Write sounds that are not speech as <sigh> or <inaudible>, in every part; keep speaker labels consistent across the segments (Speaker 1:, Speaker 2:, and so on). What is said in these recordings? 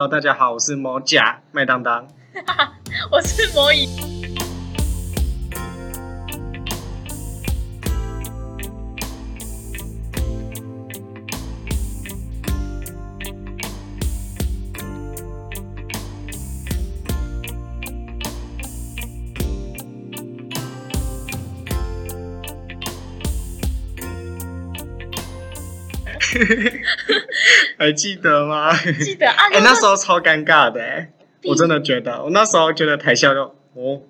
Speaker 1: Hello，大家好，我是某甲麦当当。
Speaker 2: 我是魔椅。
Speaker 1: 还记得吗？ <laughs> 哎、
Speaker 2: 记得啊，
Speaker 1: 那时候超尴尬的、欸，
Speaker 2: 毕
Speaker 1: 我真的觉得，我那时候觉得台下就哦，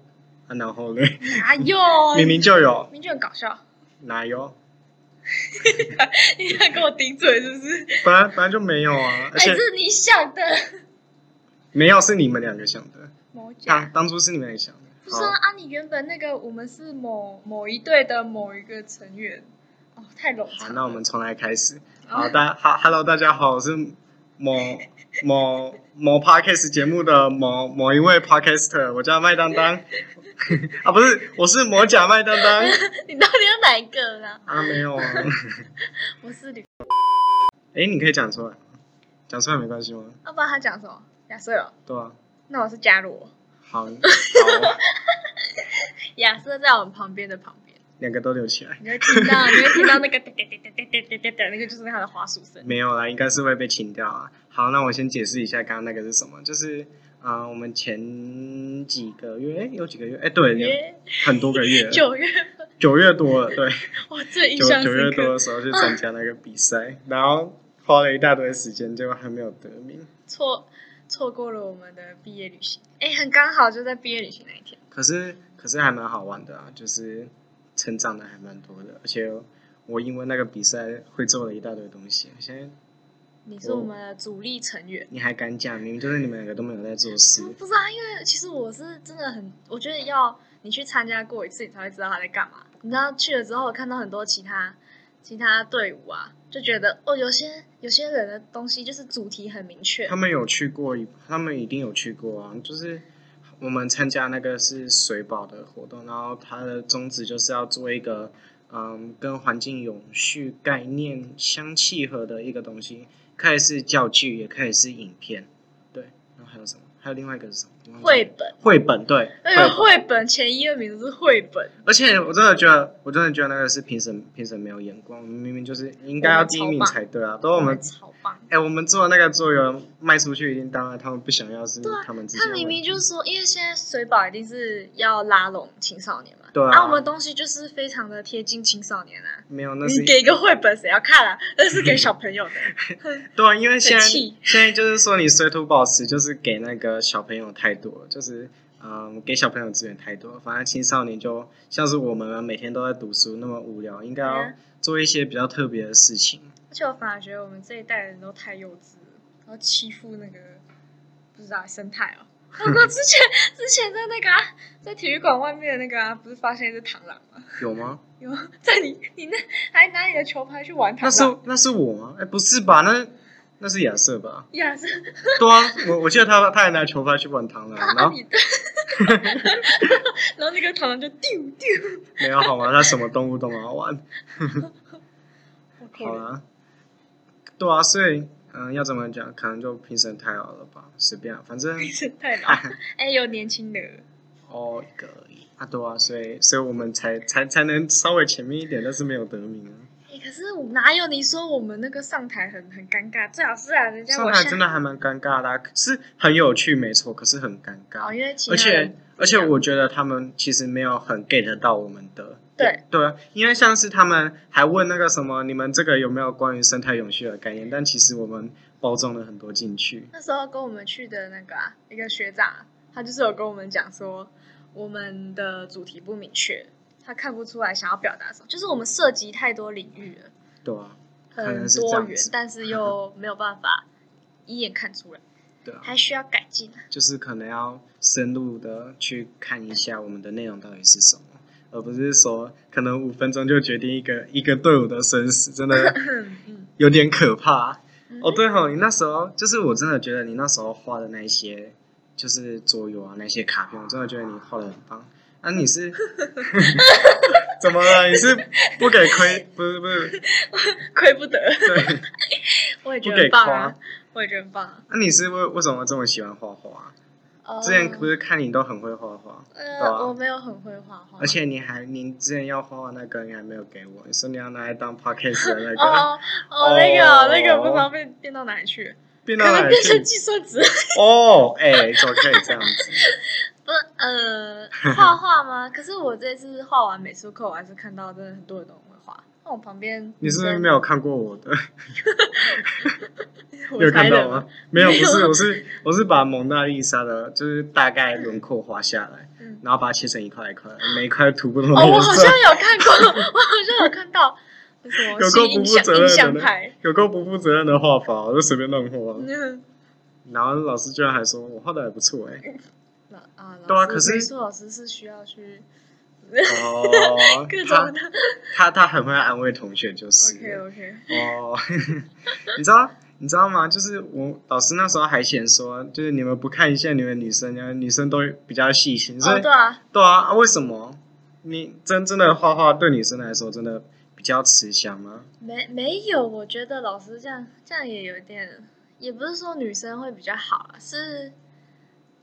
Speaker 1: 啊、然后嘞，
Speaker 2: 哪有？
Speaker 1: 明明就有，
Speaker 2: 哎明就很搞笑， <laughs>
Speaker 1: 哪有？
Speaker 2: 你想跟我顶嘴是不是？
Speaker 1: 本来本来就没有啊，而
Speaker 2: 还
Speaker 1: 且
Speaker 2: 是你想的？
Speaker 1: 没有是你们两个想的，
Speaker 2: 某
Speaker 1: 当
Speaker 2: 甲
Speaker 1: 当初是你们两个想的。
Speaker 2: 啊不是啊啊！你原本那个我们是某某一队的某一个成员哦，太冗
Speaker 1: 好，
Speaker 2: 长了。
Speaker 1: 那我们从来开始。好，
Speaker 2: 哦
Speaker 1: 大好，Hello，大家好，我是某某某 Podcast 节目的某某一位 Podcaster，我叫麦当当。 <laughs> 啊，不是，我是某甲麦当当。
Speaker 2: <laughs> 你到底要哪一个呢？
Speaker 1: 啊，没
Speaker 2: <laughs>
Speaker 1: 有啊。
Speaker 2: 我是吕，
Speaker 1: 哎，你可以讲出来，讲出来没关系吗？
Speaker 2: 要不然他讲什么？亚瑟哦，
Speaker 1: 对啊，
Speaker 2: 那我是加罗。
Speaker 1: 好，
Speaker 2: <laughs>
Speaker 1: 好，
Speaker 2: 亚瑟在我们旁边的旁边，
Speaker 1: 两个都留起来。
Speaker 2: 你会听
Speaker 1: <laughs>
Speaker 2: 到，你会听到那个滴滴滴滴滴滴滴滴滴，那个就是他的滑鼠声。
Speaker 1: 没有啦，应该是会被清掉啊。好，那我先解释一下刚刚那个是什么，就是啊、呃我们前几个月，哎，有几个月，哎，对，两
Speaker 2: 耶，
Speaker 1: 很多个月了，
Speaker 2: <laughs> 九月，
Speaker 1: 九月多了，对，
Speaker 2: 我最印
Speaker 1: 九
Speaker 2: 象
Speaker 1: 九月
Speaker 2: 深
Speaker 1: 多
Speaker 2: 刻。
Speaker 1: 的时候去参加那个比赛，然后花了一大堆时间，结果还没有得名。
Speaker 2: 错错过了我们的毕业旅行。哎，很刚好就在毕业旅行那一天。
Speaker 1: 可是可是还蛮好玩的啊，就是成长的还蛮多的，而且我因为那个比赛会做了一大堆东西。现在
Speaker 2: 你是我们的主力成员。
Speaker 1: 你还敢讲，明明就是你们两个都没有在做事。
Speaker 2: 不是啊，因为其实我是真的很，我觉得要你去参加过一次，你才会知道他在干嘛。你知道去了之后，看到很多其他其他队伍啊，就觉得哦，有些有些人的东西就是主题很明确
Speaker 1: 他。们有去过一，他们一定有去过啊。就是我们参加那个是水保的活动，然后它的宗旨就是要做一个嗯跟环境永续概念相契合的一个东西，可以是教具，也可以是影片。对，然后还有什么？还有另外一个是什么？我忘记了
Speaker 2: 绘本，
Speaker 1: 绘本对，
Speaker 2: 那个
Speaker 1: 绘本
Speaker 2: 绘本前一二名都是绘本，
Speaker 1: 而且我真的觉得，我真的觉得那个是评审评审没有眼光，我们明明就是应该要第一名才对啊，都我们
Speaker 2: 超棒。
Speaker 1: 哎、我们做的那个桌游卖出去，一定当然他们不想要是他们自己的
Speaker 2: 啊他
Speaker 1: 问题。
Speaker 2: 明明就是说，因为现在水保一定是要拉拢青少年嘛，
Speaker 1: 对啊
Speaker 2: 啊，我们东西就是非常的贴近青少年啊。
Speaker 1: 没有，那是
Speaker 2: 你给一个绘本谁要看啊？那是给小朋
Speaker 1: <laughs>
Speaker 2: 友的。
Speaker 1: 对啊，因为现在
Speaker 2: 很气
Speaker 1: 现在就是说你水土保持就是给那个小朋友太多，就是嗯给小朋友资源太多，反正青少年就像是我们啊每天都在读书那么无聊，应该
Speaker 2: 对
Speaker 1: 要
Speaker 2: 啊
Speaker 1: 做一些比较特别的事情。
Speaker 2: 而且我反而觉得我们这一代人都太幼稚了，然后欺负那个不知道生态哦。我过之前之前在那个啊、在体育馆外面的那个啊，不是发现一只螳螂吗？
Speaker 1: 有吗？
Speaker 2: 有在你你那还拿你的球拍去玩
Speaker 1: 那
Speaker 2: 螳
Speaker 1: 是
Speaker 2: 螂？
Speaker 1: 那是我吗？哎、不是吧？那那是亚瑟
Speaker 2: <laughs>
Speaker 1: 吧？
Speaker 2: 呀，是
Speaker 1: 对啊，我我记得他他还拿球拍去玩
Speaker 2: <laughs>
Speaker 1: 螳螂，然
Speaker 2: 啊
Speaker 1: 后
Speaker 2: 你的，然后那个螳螂就 <laughs> 丢丢，
Speaker 1: 没有好玩，他什么动物都蛮好
Speaker 2: <laughs>
Speaker 1: 玩。
Speaker 2: 好可
Speaker 1: 好
Speaker 2: 怜。
Speaker 1: 啦，对啊，所以嗯、要怎么讲，可能就评审太好了吧，随便、啊，反正
Speaker 2: <laughs> 是太老，哎，有年轻的，
Speaker 1: 哦一个而已啊，对啊，所以所以我们才才才能稍微前面一点，但是没有得名啊，
Speaker 2: 哎，可是我哪有你说我们那个上台很很尴尬？最好是啊，人家
Speaker 1: 上
Speaker 2: 我
Speaker 1: 台
Speaker 2: 下
Speaker 1: 真的还蛮尴尬的啊、是很有趣没错，可是很尴
Speaker 2: 哦，
Speaker 1: 尬，
Speaker 2: 因为其
Speaker 1: 而
Speaker 2: 他人
Speaker 1: 且而且我觉得他们其实没有很 get 到我们的。
Speaker 2: 对
Speaker 1: 对啊，因为像是他们还问那个什么，你们这个有没有关于生态永续的概念？但其实我们包装了很多进去。
Speaker 2: 那时候跟我们去的那个、啊、一个学长啊，他就是有跟我们讲说，我们的主题不明确，他看不出来想要表达什么，就是我们涉及太多领域了，
Speaker 1: 对啊，可
Speaker 2: 很
Speaker 1: 能是这
Speaker 2: 多
Speaker 1: 样
Speaker 2: 元
Speaker 1: 子，
Speaker 2: 但是又没有办法一眼看出来，
Speaker 1: 对啊，
Speaker 2: 还需要改进啊。
Speaker 1: 就是可能要深入的去看一下我们的内容到底是什么，而不是说可能五分钟就决定一个一个队伍的生死，真的
Speaker 2: <laughs> 嗯
Speaker 1: 有点可怕。
Speaker 2: 嗯
Speaker 1: 哦，对吼，你那时候就是我真的觉得你那时候画的那一些就是桌游啊那些卡片，我真的觉得你画的很棒。啊，你
Speaker 2: <laughs>
Speaker 1: 是怎么了？你是不给亏？不是不是，
Speaker 2: <laughs> 亏不得，
Speaker 1: 对。啊
Speaker 2: 我也
Speaker 1: 不
Speaker 2: 觉得
Speaker 1: 给
Speaker 2: 很棒
Speaker 1: 夸
Speaker 2: 啊。，我也觉得很棒啊。
Speaker 1: 那、你是为为什么这么喜欢画画啊、
Speaker 2: 哦
Speaker 1: 之前不是看你都很会画画，对
Speaker 2: 呃，
Speaker 1: 啊
Speaker 2: 我没有很会画画，
Speaker 1: 而且你还你之前要画画那个你还没有给我，你说你要拿来当 podcast 的那
Speaker 2: 哦
Speaker 1: 个，
Speaker 2: 哦哦，那个那个
Speaker 1: 哦
Speaker 2: 不知道变变到哪里去，
Speaker 1: 变
Speaker 2: 可
Speaker 1: 到
Speaker 2: 能
Speaker 1: 哪里
Speaker 2: 变成
Speaker 1: 去？
Speaker 2: 计算
Speaker 1: <laughs>
Speaker 2: 纸。
Speaker 1: 哦，哎、怎么可以这样子？
Speaker 2: 不是呃，画画吗？可是我这次画完美术课，我还是看到真的很多人都很会画。那我旁边
Speaker 1: 你是不是
Speaker 2: 女
Speaker 1: 没有看过我的？
Speaker 2: 生
Speaker 1: 你有看到？
Speaker 2: 我猜的
Speaker 1: 吗？没有，不
Speaker 2: 没
Speaker 1: 是，
Speaker 2: 有
Speaker 1: 我是我是把蒙娜丽莎的，就是大概轮廓画下来，
Speaker 2: 嗯
Speaker 1: 然后把它切成一块一块，每一块涂不同的
Speaker 2: 哦，我
Speaker 1: 颜
Speaker 2: 好
Speaker 1: 色
Speaker 2: 像，有看
Speaker 1: <laughs>
Speaker 2: 过，我好像有看到那什么
Speaker 1: 有
Speaker 2: 新
Speaker 1: 够不
Speaker 2: 印
Speaker 1: 负
Speaker 2: 象
Speaker 1: 责
Speaker 2: 印
Speaker 1: 任的
Speaker 2: 象
Speaker 1: 呢
Speaker 2: 派。
Speaker 1: 有够不负责任的画法，我就随便乱画。
Speaker 2: 嗯
Speaker 1: 然后老师居然还说我画的还不错哎、
Speaker 2: 老啊，
Speaker 1: 对啊
Speaker 2: 老师
Speaker 1: 可是
Speaker 2: 美术老师是需要去
Speaker 1: 哦，
Speaker 2: <laughs> 各种
Speaker 1: 他 <laughs>
Speaker 2: 的。
Speaker 1: 他他很会安慰同学，就是
Speaker 2: OK OK，
Speaker 1: 哦， <laughs> 你知道你知道吗？就是我老师那时候还嫌说，就是你们不看一下你们女生，你们女生都比较细心，所以、
Speaker 2: 哦对啊，
Speaker 1: 对啊啊为什么？你真真的画画对女生来说真的比较吃香吗？
Speaker 2: 没没有，我觉得老师这样这样也有点，也不是说女生会比较好啊，是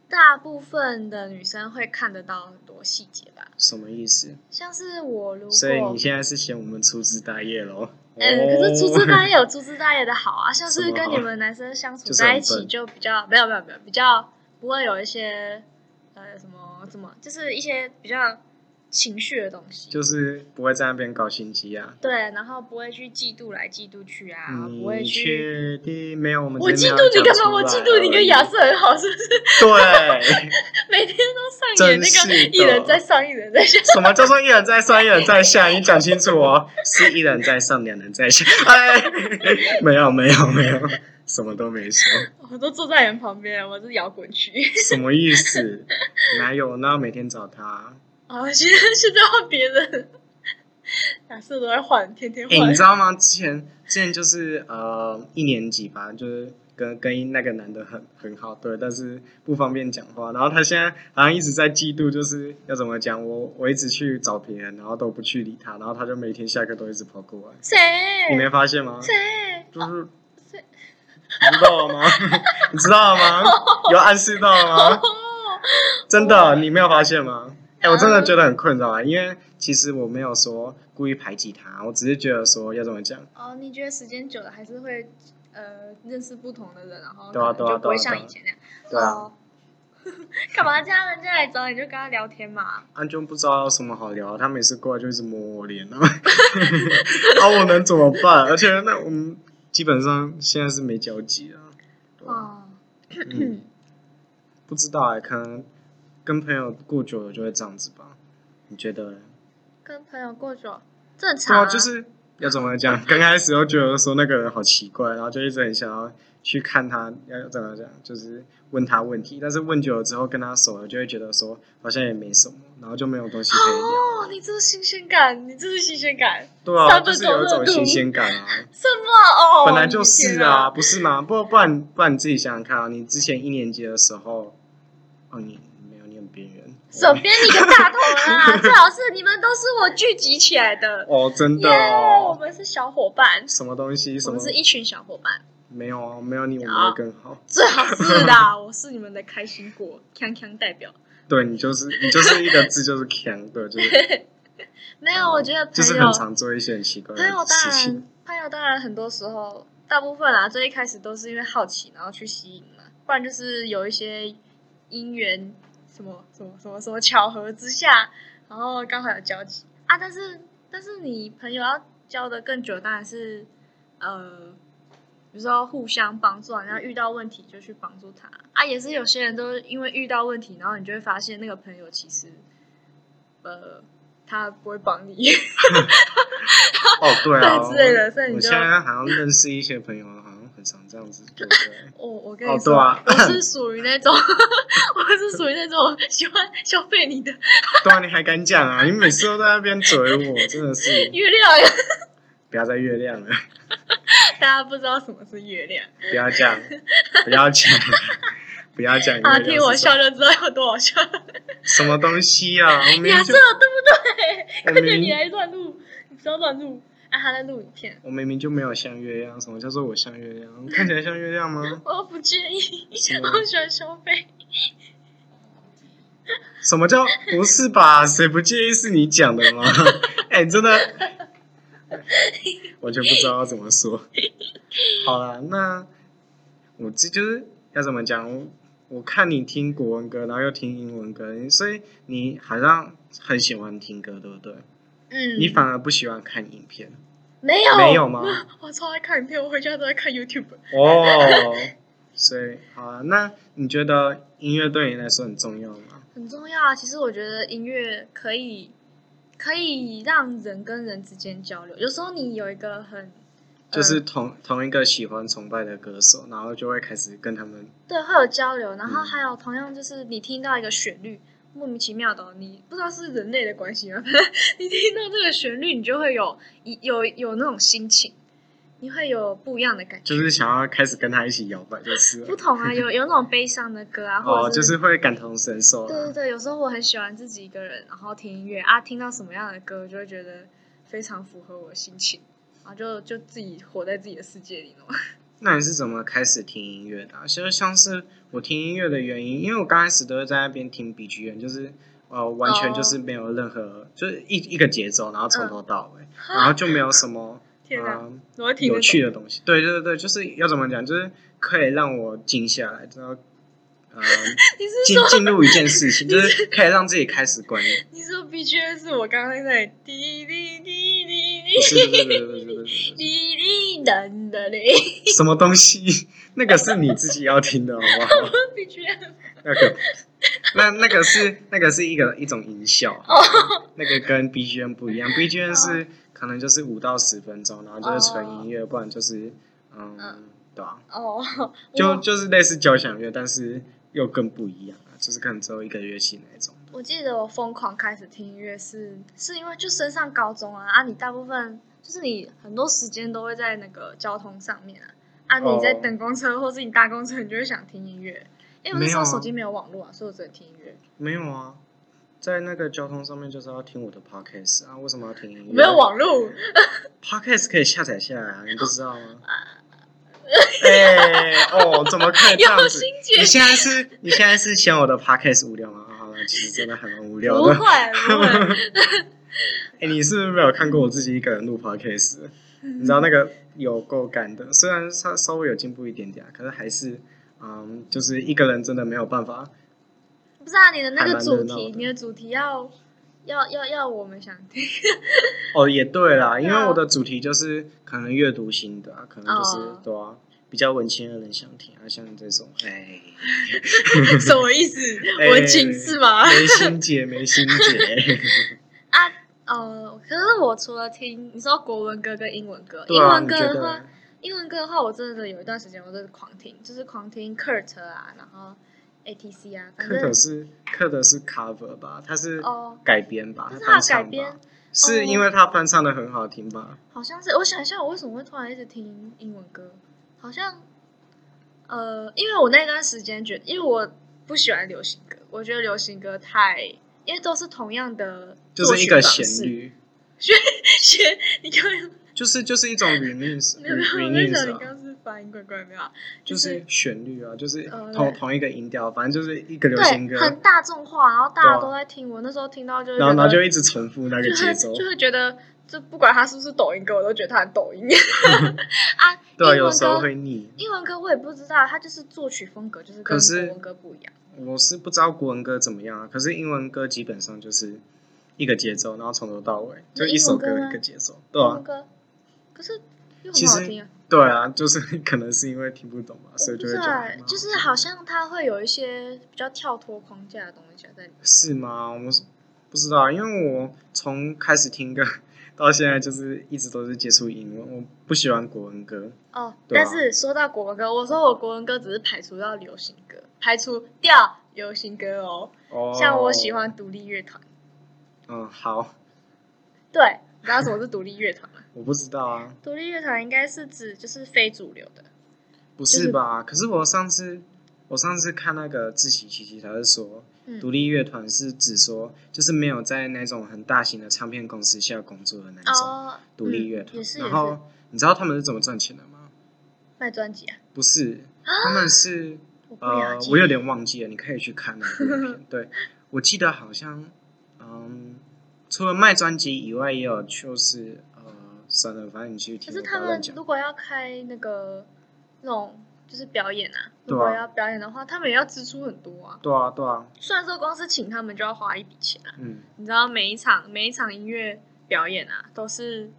Speaker 2: 大部分的女生会看得到很多细节吧。
Speaker 1: 什么意思？
Speaker 2: 像是我如果，
Speaker 1: 所以你现在是嫌我们粗枝大叶哦喽？
Speaker 2: 呃，可是竹枝大叶有竹枝大叶的好啊，像
Speaker 1: 什
Speaker 2: 是
Speaker 1: 么
Speaker 2: 跟
Speaker 1: 好
Speaker 2: 你们男生相处
Speaker 1: 就是
Speaker 2: 在一
Speaker 1: 很
Speaker 2: 起
Speaker 1: 笨
Speaker 2: 就比较没有没有没有比较不会有一些呃什么什么，就是一些比较情绪的东西。
Speaker 1: <laughs> 就是不会在那边搞心机啊。
Speaker 2: 对，然后不会去嫉妒来嫉妒去啊，不会
Speaker 1: 你确
Speaker 2: 去。
Speaker 1: 定没有？我们
Speaker 2: 我
Speaker 1: 今天
Speaker 2: 嫉妒你
Speaker 1: 没有
Speaker 2: 干嘛？
Speaker 1: 讲
Speaker 2: 我
Speaker 1: 出
Speaker 2: 嫉
Speaker 1: 来
Speaker 2: 妒你
Speaker 1: 而
Speaker 2: 跟
Speaker 1: 已
Speaker 2: 亚瑟很好，是不是？ <laughs>
Speaker 1: 对， <laughs>
Speaker 2: 每天都上
Speaker 1: 真
Speaker 2: 演那个
Speaker 1: 是的
Speaker 2: 一人在上，一人在下。
Speaker 1: 什么叫做一人在上，一人在下？你讲清楚
Speaker 2: <laughs>
Speaker 1: 哦，是一人在上，两人在下。哎， <laughs> 没有没有没有，什么都没说，
Speaker 2: 我都坐在人旁边，我是摇滚区。
Speaker 1: 什么意思？哪有？那要每天找他。
Speaker 2: 啊，现在现在换别人，亚瑟都在换，天
Speaker 1: <laughs>
Speaker 2: 天
Speaker 1: 哎、
Speaker 2: 换
Speaker 1: 你。知道吗？
Speaker 2: <laughs>
Speaker 1: 之前之前就是呃一年级吧，就是跟跟那个男的很很好，对，但是不方便讲话。然后他现在好像一直在嫉妒，就是要怎么讲？我我一直去找别人，然后都不去理他，然后他就每天下课都一直跑过来。
Speaker 2: 谁？
Speaker 1: 你没发现吗？
Speaker 2: 谁？
Speaker 1: 就是
Speaker 2: 哦是
Speaker 1: 你知道了
Speaker 2: <laughs>
Speaker 1: 吗？你知道了吗？有暗示到了吗？
Speaker 2: 哦，
Speaker 1: 真
Speaker 2: 哇
Speaker 1: 的，你没有发现吗？哎、我真的觉得很困扰啊，因为其实我没有说故意排挤他，我只是觉得说要怎么讲，
Speaker 2: 哦，你觉得时间久了还是会呃认识不同的人，然后
Speaker 1: 对啊
Speaker 2: 可能
Speaker 1: 对啊
Speaker 2: 就不会
Speaker 1: 对啊
Speaker 2: 像
Speaker 1: 对啊
Speaker 2: 以前那样。
Speaker 1: 对啊，
Speaker 2: 哦。 <laughs> 干嘛这样？人家来找你就跟他聊天嘛？
Speaker 1: 安啊就不知道有什么好聊，他每次过来就一直摸我脸啊， <laughs> 啊，我能怎么办？而且那我们基本上现在是没交集啊，对啊
Speaker 2: 哦，
Speaker 1: 嗯，不知道哎、可能跟朋友过久了就会这样子吧，你觉得嘞？
Speaker 2: 跟朋友过久正
Speaker 1: 对
Speaker 2: 常、
Speaker 1: 啊，就是要怎么讲？刚开始都觉得说那个人好奇怪，然后就一直很想要去看他，要怎么讲？就是问他问题，但是问久了之后跟他熟了，就会觉得说好像也没什么，然后就没有东西可以聊。
Speaker 2: 哦，你这是新鲜感，你这是新鲜感，
Speaker 1: 对啊，
Speaker 2: 三
Speaker 1: 就
Speaker 2: 分
Speaker 1: 是有一
Speaker 2: 钟热
Speaker 1: 种
Speaker 2: 度
Speaker 1: 新鲜感啊。
Speaker 2: 什么哦？
Speaker 1: 本来就是啊，
Speaker 2: 你
Speaker 1: 不是吗？不不然不然你自己想想看啊，你之前一年级的时候，哦，你没有，你很边缘。
Speaker 2: 的天啊，手边你个大头啦！ <laughs> 最好是你们都是我聚集起来的，
Speaker 1: 哦，真
Speaker 2: 耶
Speaker 1: 的
Speaker 2: 我
Speaker 1: 哦，
Speaker 2: 们是小伙伴，
Speaker 1: 什么东西？
Speaker 2: 我
Speaker 1: 什么
Speaker 2: 们？是一群小伙伴，
Speaker 1: 没有啊，没有你我们会更好。
Speaker 2: 最好是啦，我是你们的开心果，锵锵代表。
Speaker 1: 对你就是你就是一个字就是强， <laughs> 对，就是
Speaker 2: 没有， <laughs> 我觉得
Speaker 1: 就哦
Speaker 2: 朋
Speaker 1: 是
Speaker 2: 友
Speaker 1: 很，常做一些很奇怪的
Speaker 2: 朋友啊当
Speaker 1: 事
Speaker 2: <laughs> 然
Speaker 1: 情。，
Speaker 2: 朋友当然很多时候，大部分啦，最一开始都是因为好奇，然后去吸引嘛，不然就是有一些因缘，什么什么什么什么巧合之下，然后刚好有交集啊。但是但是你朋友要交的更久，当然是呃，比如说互相帮助啊，然后遇到问题就去帮助他啊。也是有些人都因为遇到问题，然后你就会发现那个朋友其实呃，他不会帮你。
Speaker 1: 哦，对啊，
Speaker 2: 对之类的所以你
Speaker 1: 我
Speaker 2: 就
Speaker 1: 现在好像认识一些朋友，好像很常这样子，对不对？
Speaker 2: 我我跟
Speaker 1: 哦
Speaker 2: 你说，
Speaker 1: 对啊
Speaker 2: 我是属于那种， <laughs> 我是属于那种喜欢 <laughs> 消费你的
Speaker 1: 对啊，你还敢讲啊？你每次都在那边嘴我，真的是
Speaker 2: 月亮。啊
Speaker 1: 不要再月亮了，
Speaker 2: 大家不知道什么是月亮，
Speaker 1: 不要讲，不要讲，不要讲月
Speaker 2: 啊，
Speaker 1: 亮是
Speaker 2: 听我
Speaker 1: 什么
Speaker 2: 笑就知道有多好笑。
Speaker 1: 什么东西啊？我明
Speaker 2: 亚
Speaker 1: 明
Speaker 2: 瑟，
Speaker 1: 就
Speaker 2: 对不对？
Speaker 1: 我
Speaker 2: 快
Speaker 1: 明
Speaker 2: 点，你
Speaker 1: 明
Speaker 2: 来乱入，你不要乱入。啊，他在录影片，
Speaker 1: 我明明就没有像月亮，什么叫做我像月亮？看起来像月亮吗？
Speaker 2: 我不介意，
Speaker 1: 什么
Speaker 2: 我喜欢消费。
Speaker 1: 什么叫不是吧？ <laughs> 谁不介意是你讲的吗？ <laughs> 哎、真的 <laughs> 完全不知道要怎么说。好啦，那我这就是要怎么讲？我我看你听国文歌，然后又听英文歌，所以你好像很喜欢听歌，对不对？
Speaker 2: 嗯，哦
Speaker 1: 你反而不喜欢看影片，
Speaker 2: 没有
Speaker 1: 没有吗？
Speaker 2: <laughs> 我超爱看影片，我回家都在看 YouTube。
Speaker 1: 哦，所以好啊，那你觉得音乐对你来说很重要吗？
Speaker 2: 很重要啊。其实我觉得音乐可以可以让人跟人之间交流。有时候你有一个很
Speaker 1: 就是
Speaker 2: 呃
Speaker 1: 同同一个喜欢崇拜的歌手，然后就会开始跟他们
Speaker 2: 对会有交流，然后
Speaker 1: 嗯
Speaker 2: 还有同样就是你听到一个旋律，莫名其妙的哦、你不知道是人类的关系吗？ <laughs> 你听到这个旋律，你就会有一有有那种心情，你会有不一样的感觉。
Speaker 1: 就是想要开始跟他一起摇摆，就是了
Speaker 2: 不同
Speaker 1: <laughs>
Speaker 2: 啊，有有那种悲伤的歌啊，或者
Speaker 1: 哦，就是会感同身受啊
Speaker 2: 对对
Speaker 1: 啦。
Speaker 2: 对，有时候我很喜欢自己一个人，然后听音乐啊，听到什么样的歌，就会觉得非常符合我的心情，然后就就自己活在自己的世界里了嘛。 <laughs>
Speaker 1: 那你是怎么开始听音乐的啊、其实像是我听音乐的原因，因为我刚开始都是在那边听 B G M，就是呃完全
Speaker 2: 哦
Speaker 1: 就是没有任何，就是一一个节奏，然后从头到尾，然后就没有什么
Speaker 2: 嗯 <laughs> 天哪，
Speaker 1: 嗯
Speaker 2: 怎么会听
Speaker 1: 有
Speaker 2: 得
Speaker 1: 趣
Speaker 2: 懂？
Speaker 1: 的东西。对对对，就是要怎么讲，就是可以让我静下来，然后呃
Speaker 2: 你是 <laughs>
Speaker 1: 进进入一件事情，就是可以让自己开始关。
Speaker 2: 你说 BGM 是我刚刚在滴滴滴滴
Speaker 1: 不
Speaker 2: 滴
Speaker 1: 是不是不是不是不是不是
Speaker 2: 滴滴噔的嘞
Speaker 1: 什么东西？ <laughs> 那个是你自己要听的，好不
Speaker 2: <laughs>
Speaker 1: 好？
Speaker 2: ，BGM
Speaker 1: 那个，那那个是那个是一个一种音效，
Speaker 2: 哦
Speaker 1: 那个跟 BGM 不一样，BGM 是可能就是五到十分钟，然后就是纯音乐，不然就是
Speaker 2: 嗯
Speaker 1: 嗯，对吧、
Speaker 2: 哦，
Speaker 1: 就
Speaker 2: 我
Speaker 1: 就是类似交响乐，但是又更不一样啊，就是可能只有一个乐器那一种。
Speaker 2: 我记得我疯狂开始听音乐是是因为就升上高中啊啊，你大部分就是你很多时间都会在那个交通上面啊啊，
Speaker 1: 哦
Speaker 2: 你在等公车或是你搭公车，你就会想听音乐。因为我那时候手机没有网络啊，所以我只能听音乐。
Speaker 1: 没有啊，在那个交通上面就是要听我的 podcast 啊，为什么要听音乐？
Speaker 2: 没有网络，
Speaker 1: Podcast 可以下载下来啊，你不知道吗？哎、哦，怎么可以这样
Speaker 2: 啊 <laughs> 有
Speaker 1: 子？
Speaker 2: 心
Speaker 1: 你
Speaker 2: 姐
Speaker 1: 现在是，你现在是嫌我的 Podcast 无聊吗？好了，其实真的还蛮无聊
Speaker 2: 不
Speaker 1: 的。
Speaker 2: 会不会，
Speaker 1: <laughs> 哎、你是不是没有看过我自己一个人录 Podcast？你知道那个有够干的，虽然稍稍微有进步一点点啊，可是还是，嗯，就是一个人真的没有办法。
Speaker 2: 不是啊，你的那个主
Speaker 1: 还蛮热闹
Speaker 2: 题，
Speaker 1: 的
Speaker 2: 你的主题要要要要我们想
Speaker 1: <laughs>
Speaker 2: 听，
Speaker 1: 哦，也对啦，因
Speaker 2: 对
Speaker 1: 为
Speaker 2: 啊
Speaker 1: 我的主题就是可能阅读型的、啊，可能就是、
Speaker 2: 哦
Speaker 1: 对啊，比较文青的人想听啊，像这种，哎、
Speaker 2: 什么意思？
Speaker 1: <laughs> 哎
Speaker 2: 文青是
Speaker 1: <laughs>
Speaker 2: 吗？
Speaker 1: 梅心姐，梅心
Speaker 2: <laughs>
Speaker 1: 姐，
Speaker 2: 啊，呃，可是我除了听你说国文歌跟英文歌，
Speaker 1: 对
Speaker 2: 英
Speaker 1: 啊，
Speaker 2: 文
Speaker 1: 你
Speaker 2: 歌
Speaker 1: 觉
Speaker 2: 的
Speaker 1: 得
Speaker 2: 话，？英文歌的话，我真的有一段时间我真的狂听，就是狂听 Kurt 啊，然后 ATC 啊，反
Speaker 1: 克的
Speaker 2: 正
Speaker 1: 是克的是 cover 吧，它是
Speaker 2: 哦
Speaker 1: 改编吧，
Speaker 2: 这是
Speaker 1: 翻
Speaker 2: 他改
Speaker 1: 唱
Speaker 2: 编哦
Speaker 1: 吧，，是因为他翻唱的很好听吧？
Speaker 2: 好像是我想一下，我为什么会突然一直听英文歌？好像呃，因为我那段时间觉得，因为我不喜欢流行歌，我觉得流行歌太，因为都是同样的
Speaker 1: 就
Speaker 2: 作
Speaker 1: 是
Speaker 2: 曲
Speaker 1: 一个
Speaker 2: 方
Speaker 1: 旋
Speaker 2: 式，
Speaker 1: 律，
Speaker 2: 旋，你刚刚
Speaker 1: 就是就是一种 remix
Speaker 2: 没有没有，我在想
Speaker 1: remix
Speaker 2: 你刚
Speaker 1: 啊，
Speaker 2: 刚是发音怪怪的没有啊？
Speaker 1: 就是旋律啊，就是
Speaker 2: 呃
Speaker 1: 同
Speaker 2: 对
Speaker 1: 同一个音调，反正就是一个流行
Speaker 2: 对，
Speaker 1: 歌，
Speaker 2: 很大众化，然后大
Speaker 1: 对
Speaker 2: 家
Speaker 1: 啊
Speaker 2: 都在听。我那时候听到就是
Speaker 1: 然后然后
Speaker 2: 觉
Speaker 1: 就
Speaker 2: 得
Speaker 1: 一直重复那个
Speaker 2: 就
Speaker 1: 节
Speaker 2: 会
Speaker 1: 奏，
Speaker 2: 就会觉得，就不管他是不是抖音歌，我都觉得他很抖音 <laughs> 啊。
Speaker 1: <laughs> 对啊，
Speaker 2: 英
Speaker 1: 有
Speaker 2: 文
Speaker 1: 时候
Speaker 2: 歌，
Speaker 1: 会腻。
Speaker 2: 英文歌我也不知道，它就是作曲风格就是跟
Speaker 1: 可是
Speaker 2: 国文歌不一样。
Speaker 1: 我是不知道国文歌怎么样啊，可是英文歌基本上就是一个节奏，然后从头到尾就一首
Speaker 2: 英文歌
Speaker 1: 歌
Speaker 2: 吗
Speaker 1: 一个节奏，对
Speaker 2: 英文
Speaker 1: 啊，
Speaker 2: 歌，可是又
Speaker 1: 其
Speaker 2: 很好
Speaker 1: 实
Speaker 2: 听啊。
Speaker 1: 对啊，就是可能是因为听不懂吧，所
Speaker 2: 我
Speaker 1: 以
Speaker 2: 不
Speaker 1: 就
Speaker 2: 知
Speaker 1: 会
Speaker 2: 道
Speaker 1: 觉得
Speaker 2: 欸
Speaker 1: 还，蛮
Speaker 2: 就是
Speaker 1: 好
Speaker 2: 好像它会有一些比较跳脱框架的东西在里面。
Speaker 1: 是吗？我是不知道，因为我从开始听歌到现在就是一直都是接触英文，我不喜欢国文歌，
Speaker 2: 哦，
Speaker 1: 对啊
Speaker 2: 但是说到国文歌，我说我国文歌只是排除到流行歌，排除掉流行歌哦。
Speaker 1: 哦，
Speaker 2: 像我喜，欢独立乐团，
Speaker 1: 嗯，好，
Speaker 2: 对，你知道什么是独立乐团
Speaker 1: <laughs>
Speaker 2: 吗？
Speaker 1: 我不知道啊，
Speaker 2: 独立乐团应该是指就是非主流的，
Speaker 1: 不
Speaker 2: 就是
Speaker 1: 是吧？可是我上次我上次看那个志奇奇奇，他是说，
Speaker 2: 嗯
Speaker 1: 独立乐团是指说，就是没有在那种很大型的唱片公司下工作的那一种
Speaker 2: 哦，
Speaker 1: 独立乐
Speaker 2: 嗯
Speaker 1: 团。
Speaker 2: 也是也
Speaker 1: 然
Speaker 2: 是
Speaker 1: 后你知道他们是怎么赚钱的吗？
Speaker 2: 卖专辑啊，
Speaker 1: 不是，他们是
Speaker 2: 我不
Speaker 1: 呃
Speaker 2: 了，解，
Speaker 1: 我有点忘记了，你可以去看那个影
Speaker 2: <laughs>
Speaker 1: 片。对，我记得好像，嗯，除了卖专辑以外，也有就是呃，算了，反正你去
Speaker 2: 可
Speaker 1: 听，
Speaker 2: 是
Speaker 1: 我不
Speaker 2: 他
Speaker 1: 要
Speaker 2: 们
Speaker 1: 乱讲。
Speaker 2: 如果要开那个那种就是表演啊，如
Speaker 1: 对啊
Speaker 2: 果要表演的话，他们也要支出很多啊。
Speaker 1: 对啊，对啊，
Speaker 2: 虽然说光是请他们就要花一笔钱啊，
Speaker 1: 嗯，
Speaker 2: 你知道每一场每一场音乐表演啊，都是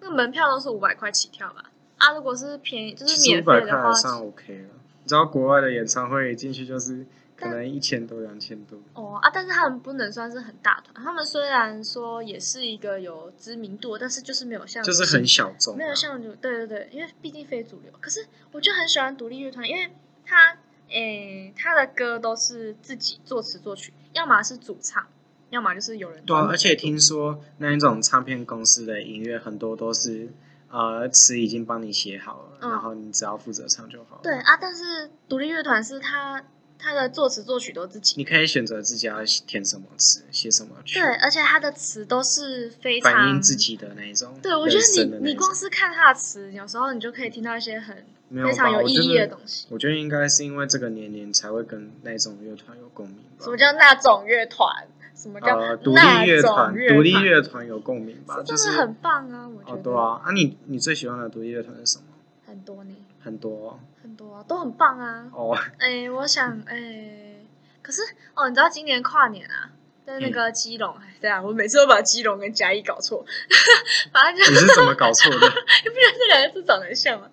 Speaker 2: 那个门票都是五百块起跳吧？啊，如果是便宜就
Speaker 1: 其
Speaker 2: 是
Speaker 1: 实
Speaker 2: 免
Speaker 1: 五百
Speaker 2: 费
Speaker 1: 块
Speaker 2: 的
Speaker 1: 还
Speaker 2: 话，
Speaker 1: 算 OK 了。你知道国外的演唱会进去就是可
Speaker 2: 但
Speaker 1: 能一千多、两千多。
Speaker 2: 哦啊，但是他们不能算是很大团，他们虽然说也是一个有知名度，但是就是没有像
Speaker 1: 就是很小众、啊，
Speaker 2: 没有像主对对对，因为毕竟非主流。可是我就很喜欢独立乐团，因为他诶他的歌都是自己作词作曲，要么是主唱，要么就是有人
Speaker 1: 对、啊，
Speaker 2: 专门
Speaker 1: 而且听说那一种唱片公司的音乐很多都是呃词已经帮你写好了，
Speaker 2: 嗯
Speaker 1: 然后你只要负责唱就好了。
Speaker 2: 对，啊，但是独立乐团是他他的作词作曲都自己，
Speaker 1: 你可以选择自己要填什么词，写什么曲，
Speaker 2: 对，而且他的词都是非常
Speaker 1: 反映自。己的那一种人生的那一种。
Speaker 2: 对，我觉得你你光是看他的词，有时候你就可以听到一些很
Speaker 1: 没有吧
Speaker 2: 非常有意
Speaker 1: 我觉
Speaker 2: 义的
Speaker 1: 得啊
Speaker 2: 东西。
Speaker 1: 我觉得应该是因为这个年龄才会跟那种乐团有共鸣吧
Speaker 2: 什么。叫那种乐团？什么叫
Speaker 1: 呃，独
Speaker 2: 那
Speaker 1: 立乐
Speaker 2: 种
Speaker 1: 团，
Speaker 2: 乐团？
Speaker 1: 独立乐团有共鸣吧？
Speaker 2: 这
Speaker 1: 就
Speaker 2: 真
Speaker 1: 是
Speaker 2: 的很棒啊！我觉
Speaker 1: 哦，
Speaker 2: 得
Speaker 1: 对啊，啊你你最喜欢的独立乐团是什么？
Speaker 2: 很多呢，
Speaker 1: 很多哦
Speaker 2: 很多啊，都很棒啊。
Speaker 1: 哦， <laughs>
Speaker 2: 哎，我想哎，可是哦，你知道今年跨年啊，在
Speaker 1: 嗯
Speaker 2: 那个基隆，哎，对啊，我每次都把基隆跟嘉义搞错， <laughs> 反正就
Speaker 1: 你
Speaker 2: 是
Speaker 1: 是怎么搞错的？
Speaker 2: <laughs> 你不觉得这两个字长得很像吗？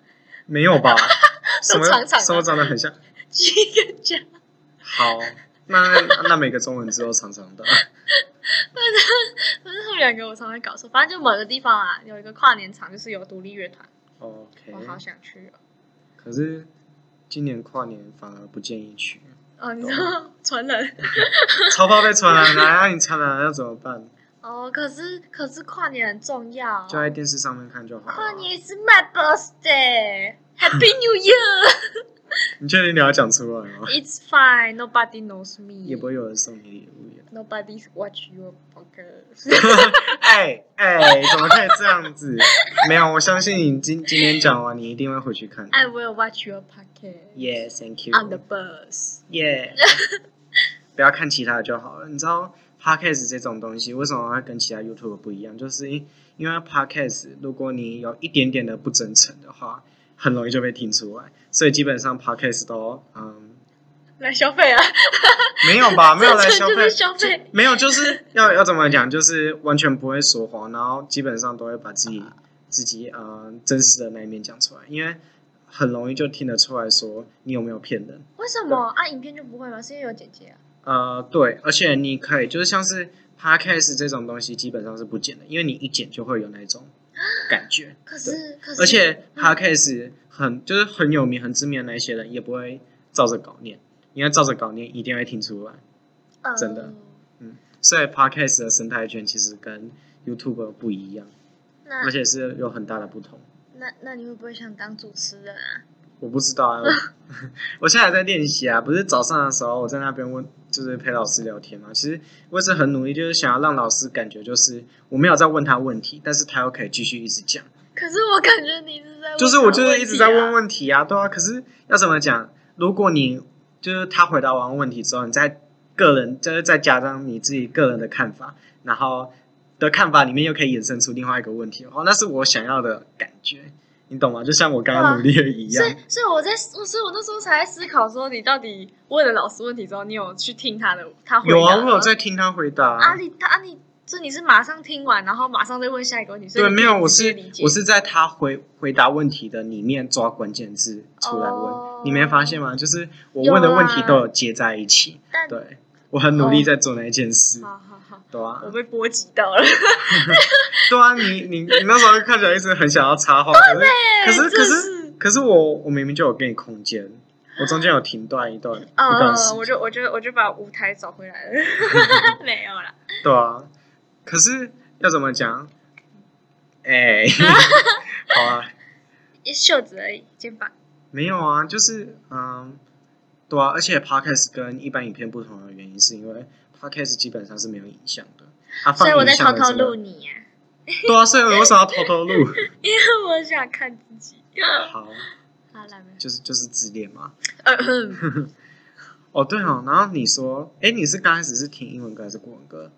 Speaker 1: 没有吧？什么
Speaker 2: 长长的
Speaker 1: 什么长得很像？
Speaker 2: 基跟嘉，
Speaker 1: 好，那那每个中文字都长长
Speaker 2: <laughs>
Speaker 1: 的。
Speaker 2: 反正他们两个我常常搞错，反正就某个地方啊，有一个跨年场，就是有独立乐团，
Speaker 1: OK，
Speaker 2: 我好想去哦。
Speaker 1: 可是今年跨年反而不建议去，
Speaker 2: 哦，你知道传
Speaker 1: 哦
Speaker 2: 人
Speaker 1: 超包被传染了，那你传染了要怎么办？
Speaker 2: <laughs> 哦，可是可是跨年很重要，
Speaker 1: 就在电视上面看就好了。
Speaker 2: 跨年是 my birthday，Happy <laughs> New Year，It's
Speaker 1: 你确定你要讲出来吗？
Speaker 2: fine，Nobody knows
Speaker 1: 也 <laughs>
Speaker 2: me
Speaker 1: 不。会有人送你礼物耶。
Speaker 2: Nobody's watch your pockets 。
Speaker 1: 哎哎、怎么可以这样子？ <laughs> 没有，我相信你今今天讲完，你一定会回去看。
Speaker 2: <laughs> I will watch your pockets.
Speaker 1: Yeah，thank you。
Speaker 2: On 哎 the bus. <laughs>
Speaker 1: 耶不要看其他的就好了。你知道 podcast 这种东西为什么会跟其他 YouTube 不一样？就是因因为 podcast 如果你有一点点的不真诚的话，很容易就被听出来。所以基本上 podcast 都嗯
Speaker 2: 来消费啊！
Speaker 1: 没有吧，没有来
Speaker 2: 真
Speaker 1: 消
Speaker 2: 诚
Speaker 1: 费
Speaker 2: <laughs> 就是，消费
Speaker 1: 就没有就是要要怎么讲，就是完全不会说谎，然后基本上都会把自己自己呃真实的那一面讲出来，因为很容易就听得出来说你有没有骗人。
Speaker 2: 为什么啊？影片就不会吗？是因为有姐姐啊？
Speaker 1: 呃，对，而且你可以就是像是 podcast 这种东西，基本上是不剪的，因为你一剪就会有那种感觉。
Speaker 2: 可是可是，
Speaker 1: 而且
Speaker 2: 嗯
Speaker 1: podcast 很就是很有名、很知名的那些人，也不会照着稿念，因为照着稿念一定会听出来。
Speaker 2: 呃
Speaker 1: 真的所以 podcast 的生态圈其实跟 YouTube 不一样，
Speaker 2: 那
Speaker 1: 而且是有很大的不同。
Speaker 2: 那那你会不会想当主持人啊？
Speaker 1: 我不知道啊，我我现在还在练习啊，不是早上的时候我在那边问，就是陪老师聊天嘛。其实我也是很努力，就是想要让老师感觉就是我没有在问他问题，但是他又可以继续一直讲，
Speaker 2: 可是我感觉你一直在问
Speaker 1: 就是我就是一直在问
Speaker 2: 问
Speaker 1: 问题啊，对啊。可是要怎么讲？如果你就是他回答完问题之后，你再个人就是再加上你自己个人的看法，然后的看法里面又可以衍生出另外一个问题的话，那是我想要的感觉，你懂吗？就像我刚
Speaker 2: 对
Speaker 1: 刚
Speaker 2: 啊
Speaker 1: 努力的一
Speaker 2: 题啊。所
Speaker 1: 样。
Speaker 2: 以所以我在，我所以我那时候才在思考说，你到底问了老师问题之后，你有去听他的他回答
Speaker 1: 有啊，
Speaker 2: 吗
Speaker 1: 我有在听他回答。
Speaker 2: 啊，你他啊你，所以你是马上听完，然后马上再问下一个问题，所以
Speaker 1: 对，
Speaker 2: 你
Speaker 1: 没有，我
Speaker 2: 直接
Speaker 1: 是
Speaker 2: 理解
Speaker 1: 我是在他回回答问题的里面抓关键字出来问，
Speaker 2: 哦
Speaker 1: 你没发现吗？就是我问的问题
Speaker 2: 有啊
Speaker 1: 都有接在一起。
Speaker 2: 啊但哦
Speaker 1: 对，我很努力在做那一件事。
Speaker 2: 好好好，
Speaker 1: 对啊
Speaker 2: 我，被波及到了，
Speaker 1: 对啊，你你你那时候看起来一直很想要插话，可是可是可
Speaker 2: 真
Speaker 1: 是
Speaker 2: 是
Speaker 1: 可是我我明明就有给你空间，我中间有停断一段一段时
Speaker 2: 呃，
Speaker 1: 间
Speaker 2: 我就我就我就把舞台找回来了， <laughs> 没有啦，
Speaker 1: 对啊，可是要怎么讲？
Speaker 2: <laughs>
Speaker 1: 哎、好啊，
Speaker 2: 一袖子而已，肩膀
Speaker 1: 没有啊，就是嗯，对啊，而且 podcast 跟一般影片不同的原因，是因为 podcast 基本上是没有影像的，啊，
Speaker 2: 所
Speaker 1: 放
Speaker 2: 以我
Speaker 1: 影
Speaker 2: 在
Speaker 1: 像
Speaker 2: 偷
Speaker 1: 的
Speaker 2: 偷
Speaker 1: 这个
Speaker 2: 录你呀、
Speaker 1: 对啊，所以我为什么要偷偷录？ <laughs>
Speaker 2: <laughs> 因为我想看自己。
Speaker 1: 好，
Speaker 2: 好了，没
Speaker 1: 就是就是自恋嘛。
Speaker 2: 呃嗯
Speaker 1: 哦，对哦，然后你说，哎，你是刚开始是听英文歌还是国文歌？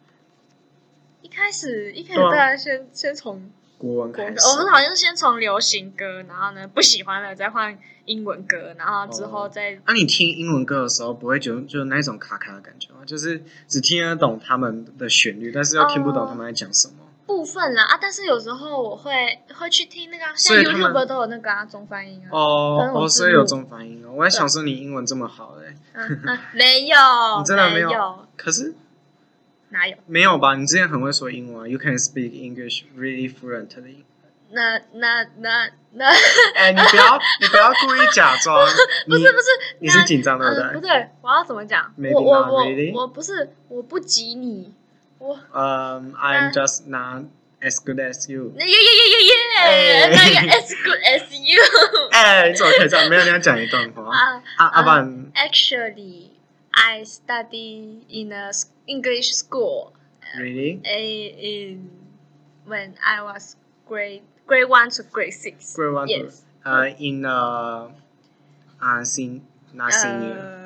Speaker 2: <coughs> 一开始一开始
Speaker 1: 对啊
Speaker 2: 大家先先从
Speaker 1: 国文
Speaker 2: 国
Speaker 1: 开
Speaker 2: 歌，
Speaker 1: 始
Speaker 2: 我。们好像先从流行歌，然后呢不喜欢了再换英文歌，然后之
Speaker 1: 哦
Speaker 2: 后再、
Speaker 1: 那、你听英文歌的时候，不会觉得就是那一种卡卡的感觉吗？就是只听得懂他们的旋律，但是
Speaker 2: 哦
Speaker 1: 又听不懂他们在讲什么。
Speaker 2: 部分啦啊，但是有时候我会会去听那个啊，像
Speaker 1: 所以他们
Speaker 2: YouTube 都有那个啊中翻英啊，
Speaker 1: 哦
Speaker 2: 跟我
Speaker 1: 哦，
Speaker 2: 字
Speaker 1: 所以有
Speaker 2: 幕
Speaker 1: 中翻英哦。我还想说你英文这么好嘞，
Speaker 2: 嗯嗯，没有，
Speaker 1: <laughs> 你真的
Speaker 2: 没
Speaker 1: 没有可是
Speaker 2: 哪有？
Speaker 1: 没有吧？你之前很会说英文啊，You can speak English really fluently。
Speaker 2: 那那那那
Speaker 1: 哎，你不要你不要故意假装，
Speaker 2: <laughs> 不
Speaker 1: 你
Speaker 2: 是不是，
Speaker 1: 你是
Speaker 2: 那
Speaker 1: 紧张对不
Speaker 2: 嗯，不
Speaker 1: 对？
Speaker 2: 对，我要怎么讲？
Speaker 1: Maybe
Speaker 2: 我我
Speaker 1: not
Speaker 2: 我
Speaker 1: really.
Speaker 2: 我不是我不及你，我
Speaker 1: 嗯
Speaker 2: 那
Speaker 1: ，I'm just not as good as you。
Speaker 2: 耶耶耶耶耶，那
Speaker 1: 哎
Speaker 2: 个 <laughs> as good as
Speaker 1: <laughs>
Speaker 2: you
Speaker 1: 哎，你怎么可以这样？没有，你要讲一段话
Speaker 2: <laughs> 啊。
Speaker 1: 啊，阿板。
Speaker 2: Actually, I study in a s- English school
Speaker 1: Really?
Speaker 2: eh, in when I was grade grade one to grade six.
Speaker 1: Grade one to-
Speaker 2: yes.
Speaker 1: Uh, in uh, uh, sin, not senior.
Speaker 2: Uh,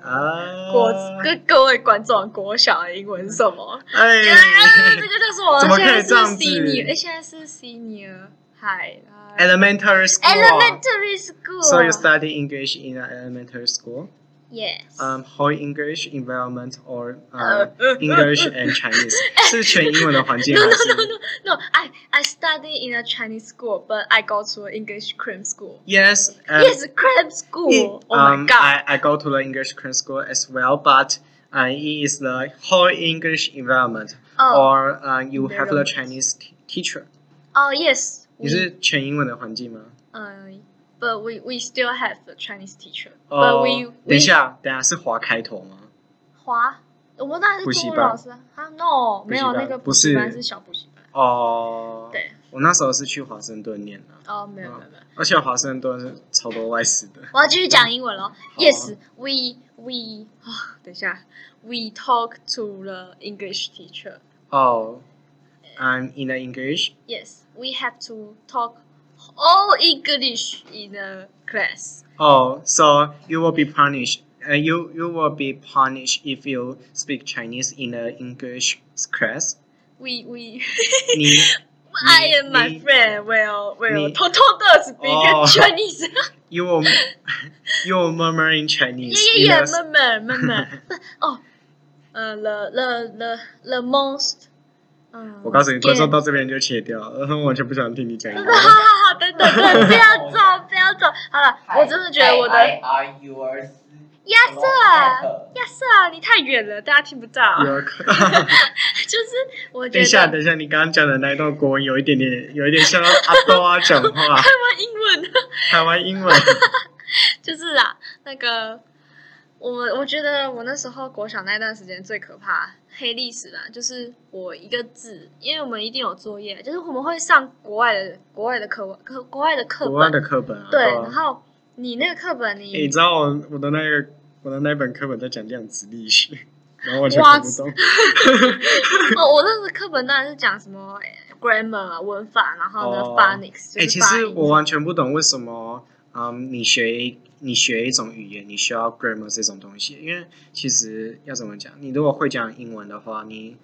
Speaker 2: 呃，
Speaker 1: 啊，
Speaker 2: 国跟各位观众，国小的英文是什么？
Speaker 1: 哎，
Speaker 2: 啊，这个就是我
Speaker 1: 怎么
Speaker 2: 现
Speaker 1: 可以
Speaker 2: 在是
Speaker 1: 这样子
Speaker 2: senior，哎，现在是 senior high 啊。
Speaker 1: elementary school.
Speaker 2: Elementary school.
Speaker 1: So you study English in an elementary school.
Speaker 2: Yes.
Speaker 1: Um, whole English environment or uh,
Speaker 2: 呃 <laughs> 呃
Speaker 1: English and Chinese
Speaker 2: <laughs>
Speaker 1: 是全英文的环境
Speaker 2: No,
Speaker 1: 还
Speaker 2: no, no,
Speaker 1: 是
Speaker 2: no, no. I I study in a Chinese school, but I go to an English cram school.
Speaker 1: Yes. Um,
Speaker 2: Yes, cram school. Oh my
Speaker 1: um,
Speaker 2: god.
Speaker 1: I, I go to the English cram school as well, but uh, it is the whole English environment,
Speaker 2: Oh,
Speaker 1: or uh, you have the
Speaker 2: Environment.
Speaker 1: Chinese t- teacher.
Speaker 2: oh yes.
Speaker 1: 你
Speaker 2: We,
Speaker 1: 是全英文的环境吗？
Speaker 2: uh, but we we still have a Chinese teacher.
Speaker 1: 哦
Speaker 2: But we
Speaker 1: Oh, 等
Speaker 2: we
Speaker 1: 一下，等一下是华开头吗？
Speaker 2: 华，我们当然
Speaker 1: 补
Speaker 2: 是
Speaker 1: 习
Speaker 2: 中文
Speaker 1: 班
Speaker 2: 老师啊。啊 No，没有
Speaker 1: 补习班
Speaker 2: 那个
Speaker 1: 不
Speaker 2: 补习班
Speaker 1: 是
Speaker 2: 是小补习班。
Speaker 1: 哦，
Speaker 2: 对，
Speaker 1: 我那时候是去华盛顿念的，
Speaker 2: 哦，没有
Speaker 1: 嗯
Speaker 2: 没有没有。
Speaker 1: 而且华盛顿是超多外事的。
Speaker 2: 我要继续讲英文咯。
Speaker 1: 好啊
Speaker 2: Yes, we we 啊，等一下，we talk to the English teacher.
Speaker 1: 哦，I'm in the English.
Speaker 2: Yes, we have to talk all English in the class.
Speaker 1: Oh, so you will be punished. Uh, you you will be punished if you speak Chinese in the English class.
Speaker 2: <laughs> We we <laughs>
Speaker 1: 你
Speaker 2: I and my
Speaker 1: 你
Speaker 2: friend will will
Speaker 1: 你
Speaker 2: 偷偷的 speak
Speaker 1: 哦 <laughs>
Speaker 2: <laughs> Chinese.
Speaker 1: you will you will murmur in Chinese.
Speaker 2: yeah yeah yeah,
Speaker 1: in the-
Speaker 2: mama mama. But oh, <laughs> uh the the the the most. uh, 嗯，
Speaker 1: <laughs> 我告诉你，观众
Speaker 2: scam-
Speaker 1: 到这边就切 <laughs> 掉，然后完全不想听你讲英
Speaker 2: 真
Speaker 1: 文
Speaker 2: 的，。 <laughs> 好好好，等等等，不要走，不要走。好了，我真的觉得我的啊
Speaker 3: I are yours
Speaker 2: yes sir，yes
Speaker 3: 色
Speaker 2: sir，你太远了，大家听不到。
Speaker 1: You're c-
Speaker 2: <laughs> 就是我觉
Speaker 1: 等
Speaker 2: 得
Speaker 1: 一下，等一下，你刚刚讲的那一段国文有一点点，有一点像阿多啊讲话， <laughs>
Speaker 2: 台湾英文，
Speaker 1: 台湾英文。
Speaker 2: 就是啊，那个我我觉得我那时候国小那段时间最可怕黑历史啦，就是我一个字，因为我们一定有作业，就是我们会上国外的国外的课文课国外的课
Speaker 1: 国
Speaker 2: 本，
Speaker 1: 外的课本啊，
Speaker 2: 对，
Speaker 1: 啊
Speaker 2: 然后你那个课本
Speaker 1: 欸你
Speaker 2: 你
Speaker 1: 知道我我的那个我的那本课本在讲量子力学，然后我全
Speaker 2: 哇
Speaker 1: 看不懂。哎
Speaker 2: 哦，我那个课本当然是讲什么哎 grammar 啊文法，然后呢
Speaker 1: 哦
Speaker 2: phonics，
Speaker 1: 哎、
Speaker 2: 就是
Speaker 1: 其
Speaker 2: 发
Speaker 1: 实
Speaker 2: 音
Speaker 1: 我完全不懂为什么，嗯，你学你学一种语言，你需要 grammar 这种东西，因为其实要怎么讲，你如果会讲英文的话，你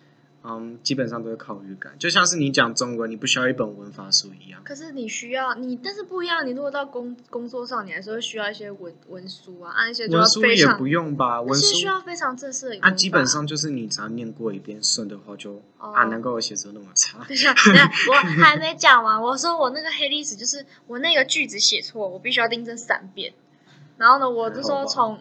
Speaker 1: 嗯基本上都是靠语感，就像是你讲中文，你不需要一本文法书一样。
Speaker 2: 可是你需要你，但是不一样。你如果到工工作上，你还是会需要一些文文书啊，啊，一些就
Speaker 1: 文
Speaker 2: 要
Speaker 1: 书
Speaker 2: 非
Speaker 1: 也
Speaker 2: 常
Speaker 1: 不，用吧，
Speaker 2: 那
Speaker 1: 文
Speaker 2: 些
Speaker 1: 书
Speaker 2: 需要非常正式的文法。
Speaker 1: 啊，基本上就是你只要念过一遍顺的话就，
Speaker 2: 哦
Speaker 1: 啊，难怪我写作那么差。
Speaker 2: <laughs> 等一下，等一下，我还没讲完。我说我那个黑历史就是我那个句子写错，我必须要订正三遍。然后呢，我就
Speaker 1: 还好
Speaker 2: 说
Speaker 1: 吧
Speaker 2: 从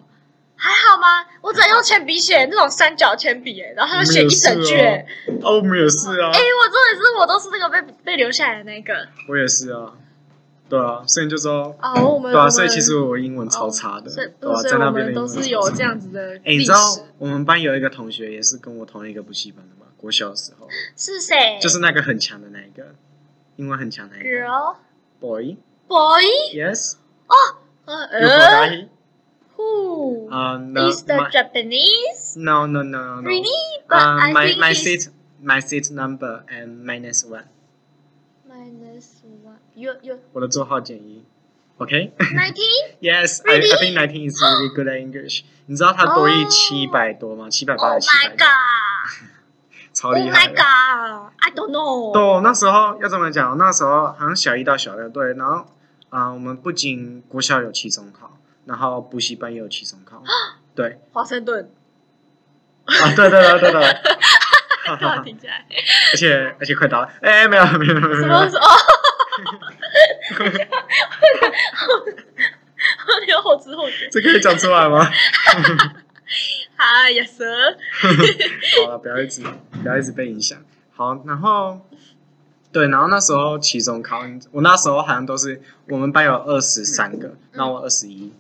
Speaker 2: 还好吗？我只能用铅笔写那种三角铅笔、欸，然后他就
Speaker 1: 我们
Speaker 2: 写
Speaker 1: 也
Speaker 2: 一整
Speaker 1: 是
Speaker 2: 句、
Speaker 1: 啊
Speaker 2: 欸。
Speaker 1: 哦，我们也是啊
Speaker 2: <laughs> 哎、，我真的是我都是那个被被留下来的那个。
Speaker 1: 我也是啊，对啊，所以你就说，
Speaker 2: 哦，我们
Speaker 1: 对啊，
Speaker 2: 我们哦
Speaker 1: 所以其实我英文超差的，
Speaker 2: 所以
Speaker 1: 对啊，
Speaker 2: 所
Speaker 1: 在
Speaker 2: 以
Speaker 1: 那
Speaker 2: 我
Speaker 1: 边的
Speaker 2: 们
Speaker 1: 英
Speaker 2: 都
Speaker 1: 文超
Speaker 2: 是
Speaker 1: 差
Speaker 2: 有这样子的
Speaker 1: 哎、你
Speaker 2: 历
Speaker 1: 知
Speaker 2: 史。
Speaker 1: 道我们班有一个同学也是跟我同一个补习班的嘛，国小的时候，
Speaker 2: 是谁？
Speaker 1: 就是那个很强的那一个，英文很强的那一个
Speaker 2: girl
Speaker 1: boy，yes，
Speaker 2: boy。
Speaker 1: 有
Speaker 2: 呃
Speaker 1: 回答
Speaker 2: 呃
Speaker 1: 你，
Speaker 2: ，Who Ooh,
Speaker 1: Uh, no,
Speaker 2: is the
Speaker 1: my-
Speaker 2: Japanese
Speaker 1: no, no, no, no. no.
Speaker 2: really? But
Speaker 1: Uh,
Speaker 2: I
Speaker 1: my
Speaker 2: think
Speaker 1: 嗯 my
Speaker 2: it's
Speaker 1: seat my seat number and minus one，
Speaker 2: minus one. You you
Speaker 1: 我的座号减一。OK 。 <laughs>
Speaker 2: nineteen?
Speaker 1: Yes, I I think
Speaker 2: Really?
Speaker 1: nineteen is really good at English. 你知道他多译七百多吗？七百八
Speaker 2: Oh
Speaker 1: 还是七
Speaker 2: my
Speaker 1: 百多？
Speaker 2: god!
Speaker 1: 超
Speaker 2: Oh
Speaker 1: 厉
Speaker 2: my
Speaker 1: 害的。
Speaker 2: god! I don't know.
Speaker 1: 对，那时候要怎么讲？那时候好像小一到小六，对，然后啊、我们不仅国校有期中考，然后补习班也有期中考，
Speaker 2: <gasps>
Speaker 1: 对，
Speaker 2: 华盛顿，
Speaker 1: <laughs> 啊，对对对对对，哈
Speaker 2: 刚
Speaker 1: 哈
Speaker 2: <laughs> 好
Speaker 1: 哈
Speaker 2: 停下来。
Speaker 1: <laughs> 而且而且快到了，哎，没有没有没有没有
Speaker 2: 什
Speaker 1: 没有 <laughs>
Speaker 2: 么时候？ <laughs> 我有后知后觉。
Speaker 1: 这可以讲出来吗？
Speaker 2: 嗨，亚瑟，
Speaker 1: 好啊了，不要一直不要一直被影响。好，然后对，然后那时候期中考，我那时候好像都是我们班有二十三
Speaker 2: 嗯
Speaker 1: 个，然后我二十一，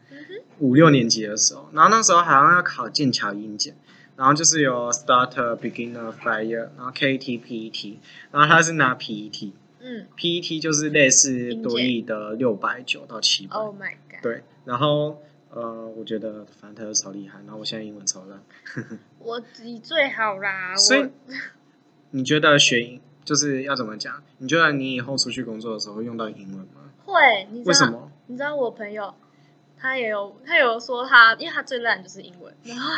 Speaker 1: <laughs> 五六年级的时候，然后那时候好像要考剑桥英检。然后就是有 starter、beginner、flyer，然后 KT、PET，然 E 后他是拿 E PET，PET
Speaker 2: 嗯
Speaker 1: E 就是类似
Speaker 2: 英检
Speaker 1: 多益的六百九到七百，
Speaker 2: ，Oh my god，
Speaker 1: 对。然后呃，我觉得反正他就超厉害，然后我现在英文超烂，
Speaker 2: 我你最好啦，
Speaker 1: 所以
Speaker 2: 啊我
Speaker 1: <laughs> 你觉得学英就是要怎么讲？你觉得你以后出去工作的时候会用到英文吗？
Speaker 2: 会，你知道
Speaker 1: 为什？么？
Speaker 2: 你知道我朋友，他也有他有说他，因为他最烂就是英文，然后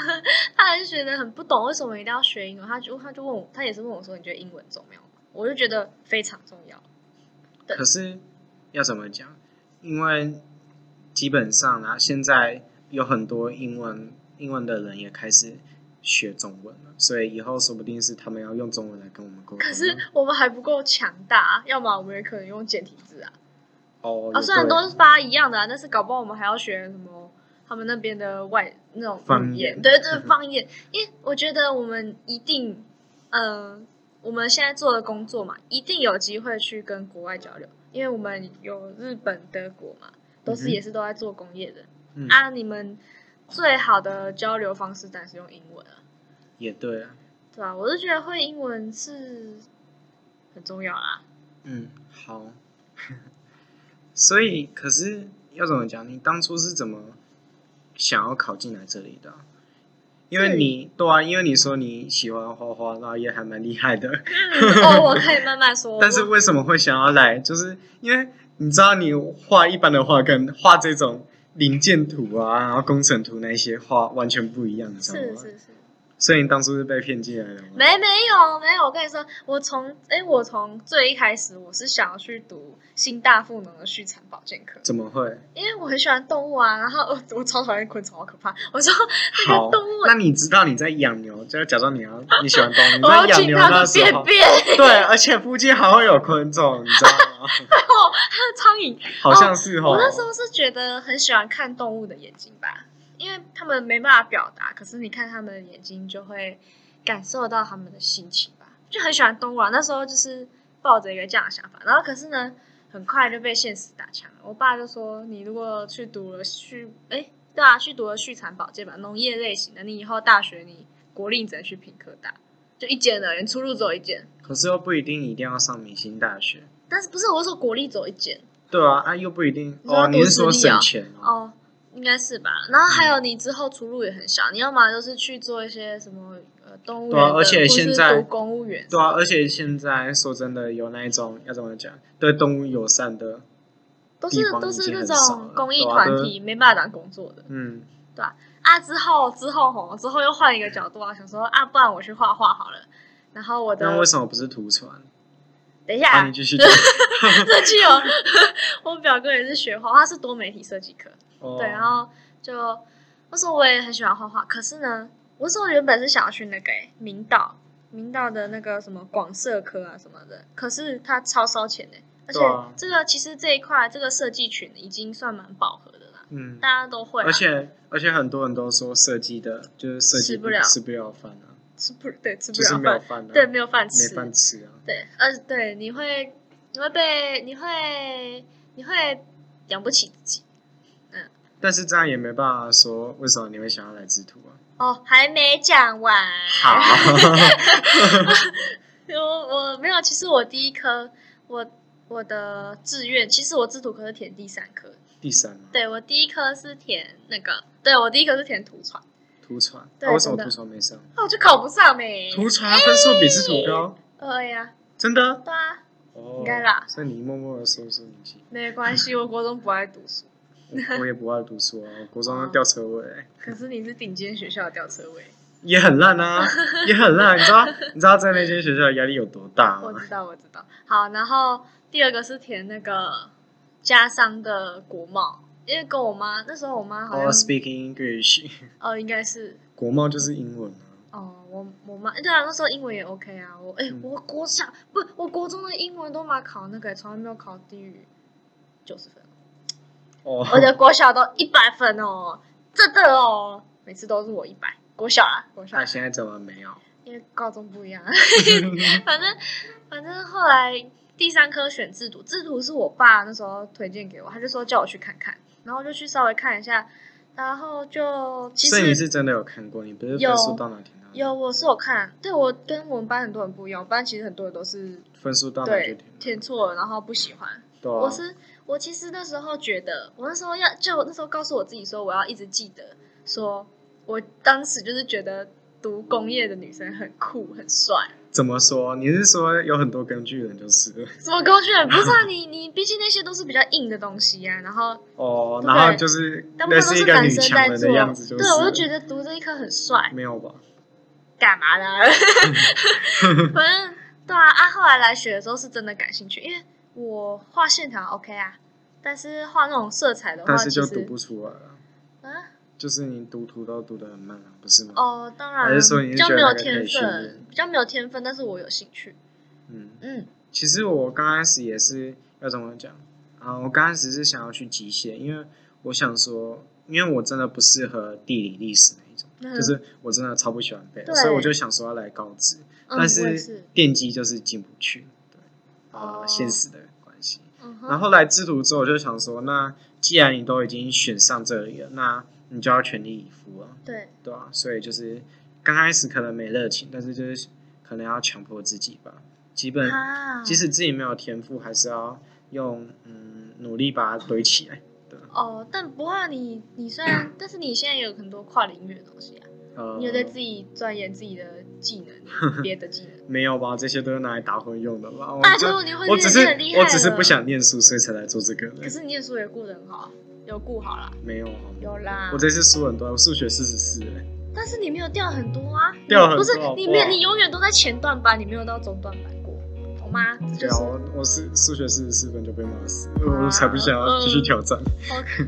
Speaker 2: 他还是觉得很不懂为什么一定要学英文，他就他就问我，他也是问我说你觉得英文重要吗？我就觉得非常重要。对
Speaker 1: 可是要怎么讲？因为基本上啊，现在有很多英文英文的人也开始学中文了，所以以后说不定是他们要用中文来跟我们沟通。
Speaker 2: 可是我们还不够强大，要么我们也可能用简体字啊。
Speaker 1: 哦，
Speaker 2: 啊，
Speaker 1: 也
Speaker 2: 虽然
Speaker 1: 对
Speaker 2: 都是发一样的、啊，但是搞不好我们还要学什么他们那边的外那种
Speaker 1: 方
Speaker 2: 语言，
Speaker 1: 言嗯
Speaker 2: 对对，方言。因为我觉得我们一定，呃，我们现在做的工作嘛，一定有机会去跟国外交流，因为我们有日本、德国嘛，都
Speaker 1: 嗯
Speaker 2: 是
Speaker 1: 哼
Speaker 2: 也是都在做工业的、
Speaker 1: 嗯，
Speaker 2: 啊。你们最好的交流方式当然是用英文啊，
Speaker 1: 也对啊，
Speaker 2: 对吧、我是觉得会英文是很重
Speaker 1: <laughs>
Speaker 2: 要啦。
Speaker 1: 嗯，
Speaker 2: <laughs>
Speaker 1: 好。所以，可是要怎么讲？你当初是怎么想要考进来这里的啊？因为你对啊，因为你说你喜欢画画，然后也还蛮厉害
Speaker 2: <laughs>
Speaker 1: 的。
Speaker 2: 嗯，哦，我可以慢慢说。
Speaker 1: 但是为什么会想要来？就是因为你知道，你画一般的画跟画这种零件图啊，然后工程图那些画完全不一样，你知道
Speaker 2: 是
Speaker 1: 吗？
Speaker 2: 是是。
Speaker 1: 所以你当初是被骗进来的吗？
Speaker 2: 没没有没有，我跟你说，我从哎，我从最一开始我是想要去读新大附农的畜产保健科，
Speaker 1: 怎么会？
Speaker 2: 因为我很喜欢动物啊，然后我我超讨厌昆虫，好可怕。我说那
Speaker 1: 好
Speaker 2: <laughs> 个动物，
Speaker 1: 那你知道你在养牛，就假装你要你喜欢
Speaker 2: <laughs>
Speaker 1: 动物，你
Speaker 2: 我要
Speaker 1: 在养
Speaker 2: 进
Speaker 1: 牛
Speaker 2: 它
Speaker 1: 那
Speaker 2: 的
Speaker 1: 时候
Speaker 2: 便， <laughs> 便，
Speaker 1: 对，而且附近还会有昆虫，你知道
Speaker 2: <laughs>
Speaker 1: 吗？
Speaker 2: 然后还有苍蝇。
Speaker 1: 好像是哦。
Speaker 2: 我那时候是觉得很喜欢看动物的眼睛吧，因为他们没办法表达，可是你看他们的眼睛就会感受到他们的心情吧，就很喜欢动物啊。那时候就是抱着一个这样的想法，然后可是呢，很快就被现实打枪了。我爸就说：“你如果去读了畜，哎，对啊，去读了畜产保健吧，农业类型的，你以后大学你国立你只能去品科大，就一间而已，出路只有一间。
Speaker 1: 可是又不一定一定要上明星大学，
Speaker 2: 但是不是我是说国立只有一间？”
Speaker 1: 对啊，啊又不一定
Speaker 2: 你说
Speaker 1: 哦。你是
Speaker 2: 读
Speaker 1: 说
Speaker 2: 私立啊
Speaker 1: 省钱哦？
Speaker 2: 哦，应该是吧。然后还
Speaker 1: 嗯
Speaker 2: 有你之后出路也很小，你要么就是去做一些什么呃动物园
Speaker 1: 对啊
Speaker 2: 的，
Speaker 1: 而且
Speaker 2: 或是
Speaker 1: 现在
Speaker 2: 读公务员，
Speaker 1: 对啊，而且现在说真的，有那一种要怎么讲，对动物友善的，
Speaker 2: 都
Speaker 1: 地
Speaker 2: 是
Speaker 1: 方
Speaker 2: 都
Speaker 1: 已
Speaker 2: 是
Speaker 1: 经
Speaker 2: 那
Speaker 1: 很少
Speaker 2: 种
Speaker 1: 了
Speaker 2: 公益
Speaker 1: 对啊
Speaker 2: 团
Speaker 1: 都
Speaker 2: 体没办法当工作的
Speaker 1: 嗯，
Speaker 2: 啊。之后之后吼，之后又换一个角度啊，想说啊，不然我去画画好了。然后我
Speaker 1: 那
Speaker 2: 的
Speaker 1: 为什么不是图传？
Speaker 2: 等一下
Speaker 1: 啊，
Speaker 2: 啊
Speaker 1: 你，继续
Speaker 2: <laughs>
Speaker 1: 讲。
Speaker 2: 这期有 <laughs> 我表哥也是学画，画，他是多媒体设计科，
Speaker 1: 哦
Speaker 2: 对，然后就那时候我也很喜欢画画，可是呢，我那时候原本是想要去那个诶明道，明道的那个什么广设科啊什么的，可是它超烧钱的，欸而且
Speaker 1: 对啊
Speaker 2: 这个其实这一块这个设计群已经算蛮饱和的啦，
Speaker 1: 嗯，
Speaker 2: 大家都会、啊，
Speaker 1: 而且而且很多人都说设计的，就是设计
Speaker 2: 吃不了
Speaker 1: 吃不了饭啊，
Speaker 2: 吃不对吃不
Speaker 1: 就是
Speaker 2: 了
Speaker 1: 没有
Speaker 2: 饭，
Speaker 1: 饭啊，
Speaker 2: <laughs> 对，没有饭
Speaker 1: 没
Speaker 2: 吃，
Speaker 1: 饭吃啊。
Speaker 2: 对，呃，对，你会你会被你会你会养不起自己。
Speaker 1: 但是这样也没办法说为什么你会想要来制
Speaker 2: <laughs>
Speaker 1: 图啊。
Speaker 2: 哦，还没讲完。
Speaker 1: 好，
Speaker 2: 我我没有，其实我第一科，我我的志愿，其实我制图科是填第三科，
Speaker 1: 第三吗？
Speaker 2: 对我第一科是填那个，对我第一科是填图传，
Speaker 1: 图传，
Speaker 2: 对
Speaker 1: 啊为什么
Speaker 2: 真的
Speaker 1: 图传没上？
Speaker 2: 那我就考不上没、
Speaker 1: 图传分数比制图高，
Speaker 2: 呃呀，
Speaker 1: 真的？
Speaker 2: 对啊，
Speaker 1: 哦
Speaker 2: 应该啦
Speaker 1: 所以你默默的收收你
Speaker 2: <laughs>
Speaker 1: 气，
Speaker 2: 没关系，我国中不爱读书，
Speaker 1: 我我也不爱读书啊，我国中要吊车尾，
Speaker 2: 可是你是顶尖学校的吊车尾，
Speaker 1: 也很烂
Speaker 2: <laughs>
Speaker 1: 啊，也很烂。你知道你知道在那间学校压力有多大
Speaker 2: 我
Speaker 1: 吗？
Speaker 2: 知道我知道。啊好，然后第二个是填那个家商的国贸，因为跟我妈那时候我妈好像、
Speaker 1: 哦、s p e a k i n g English，
Speaker 2: 呃应该是
Speaker 1: 国贸就是英文啊。
Speaker 2: 哦，我我妈对啊，那时候英文也 OK 啊。我哎、
Speaker 1: 嗯
Speaker 2: 我国小不，我国中的英文都嘛考那个，从来没有考低于九十分。
Speaker 1: 哦，
Speaker 2: 我的国小都一百分哦，真的哦，每次都是我一百。国小啊，国
Speaker 1: <laughs>
Speaker 2: 小
Speaker 1: 那，现在怎么没有？
Speaker 2: 因为高中不一样。 <laughs> 反正反正后来第三科选制图，制图是我爸那时候推荐给我，他就说叫我去看看，然后我就去稍微看一下，然后就 <laughs> 其实
Speaker 1: 所以你是真的有看过，你不是分数到哪填到哪？
Speaker 2: 有，我是有看，对我跟我们班很多人不一样，我们班其实很多人都是
Speaker 1: 分数到哪就
Speaker 2: 对
Speaker 1: 填哪。
Speaker 2: 填错了，然后不喜欢。
Speaker 1: 对啊，
Speaker 2: 我是我其实那时候觉得，我那时候要就我那时候告诉我自己说，我要一直记得，说我当时就是觉得读工业的女生很酷很帅，
Speaker 1: 怎么说？你是说有很多工具人就是了
Speaker 2: 什么工具人不是啊？你你毕竟那些都是比较硬的东西啊，然后
Speaker 1: 哦，
Speaker 2: 对
Speaker 1: 然后就是
Speaker 2: 大部
Speaker 1: 类
Speaker 2: 分都
Speaker 1: 似一个
Speaker 2: 男
Speaker 1: 女
Speaker 2: 生在
Speaker 1: 强人
Speaker 2: 做，
Speaker 1: 的样子，就是
Speaker 2: 对我就觉得读这一科很帅，
Speaker 1: 没有吧？
Speaker 2: 干嘛呢？嗯 <laughs> 反正对啊，啊，后来来学的时候是真的感兴趣，因为我画线条 OK 啊，但是画那种色彩的话，
Speaker 1: 但是
Speaker 2: 其
Speaker 1: 就读
Speaker 2: 实
Speaker 1: 不出来了，
Speaker 2: 啊，
Speaker 1: 就是你读图都读得很慢啊，不是吗？
Speaker 2: 哦，当
Speaker 1: 还
Speaker 2: 然
Speaker 1: 是说你
Speaker 2: 比
Speaker 1: 是
Speaker 2: 较
Speaker 1: 觉得
Speaker 2: 没有
Speaker 1: 那个可以
Speaker 2: 天
Speaker 1: 训
Speaker 2: 分
Speaker 1: 练，
Speaker 2: 比较没有天分，但是我有兴趣，
Speaker 1: 嗯，
Speaker 2: 嗯，
Speaker 1: 其实我刚开始也是要怎么讲啊？我刚开始是想要去极限，因为我想说，因为我真的不适合地理历史那一种，
Speaker 2: 嗯
Speaker 1: 就是我真的超不喜欢背，
Speaker 2: 对
Speaker 1: 所以我就想说要来高职，
Speaker 2: 嗯，
Speaker 1: 但
Speaker 2: 我也
Speaker 1: 是
Speaker 2: 是，
Speaker 1: 电机就是进不去，对，
Speaker 2: 哦
Speaker 1: 呃，现实的关系。
Speaker 2: 嗯
Speaker 1: 然
Speaker 2: 哼，
Speaker 1: 后来制图之后，我就想说，那既然你都已经选上这里了，那你就要全力以赴啊，
Speaker 2: 对，
Speaker 1: 对啊，所以就是刚开始可能没热情，但是就是可能要强迫自己吧，基本
Speaker 2: 啊，
Speaker 1: 即使自己没有天赋，还是要用嗯努力把它堆起来。对，
Speaker 2: 哦，但不怕你，你虽然，但是你现在也有很多跨领域的东西啊，
Speaker 1: 呃，
Speaker 2: 你有在自己钻研自己的
Speaker 1: <laughs>
Speaker 2: 技能，别的技能。
Speaker 1: 没有吧？这些都是拿来打混用的
Speaker 2: <laughs>
Speaker 1: 吧？我
Speaker 2: 拜
Speaker 1: 就
Speaker 2: 托，哦你会
Speaker 1: 我
Speaker 2: 变
Speaker 1: 只
Speaker 2: 得
Speaker 1: 是
Speaker 2: 很厉害
Speaker 1: 我只是
Speaker 2: 了
Speaker 1: 不想念书，所以才来做这个的。
Speaker 2: 可是你念书也顾得很好，有顾好啦，
Speaker 1: 没有啊好吗？
Speaker 2: 有啊啦
Speaker 1: 我。这次输很多，我数学四十四，
Speaker 2: 但是你没有掉很多啊，
Speaker 1: 掉很多
Speaker 2: 不是
Speaker 1: 好不好
Speaker 2: 你没有，你永远都在前段班，你没有到中段班过，懂吗？这就
Speaker 1: 对
Speaker 2: 是
Speaker 1: 啊，我我是数学四十四分就被骂死，
Speaker 2: 啊
Speaker 1: 我才不想要继续挑战。
Speaker 2: OK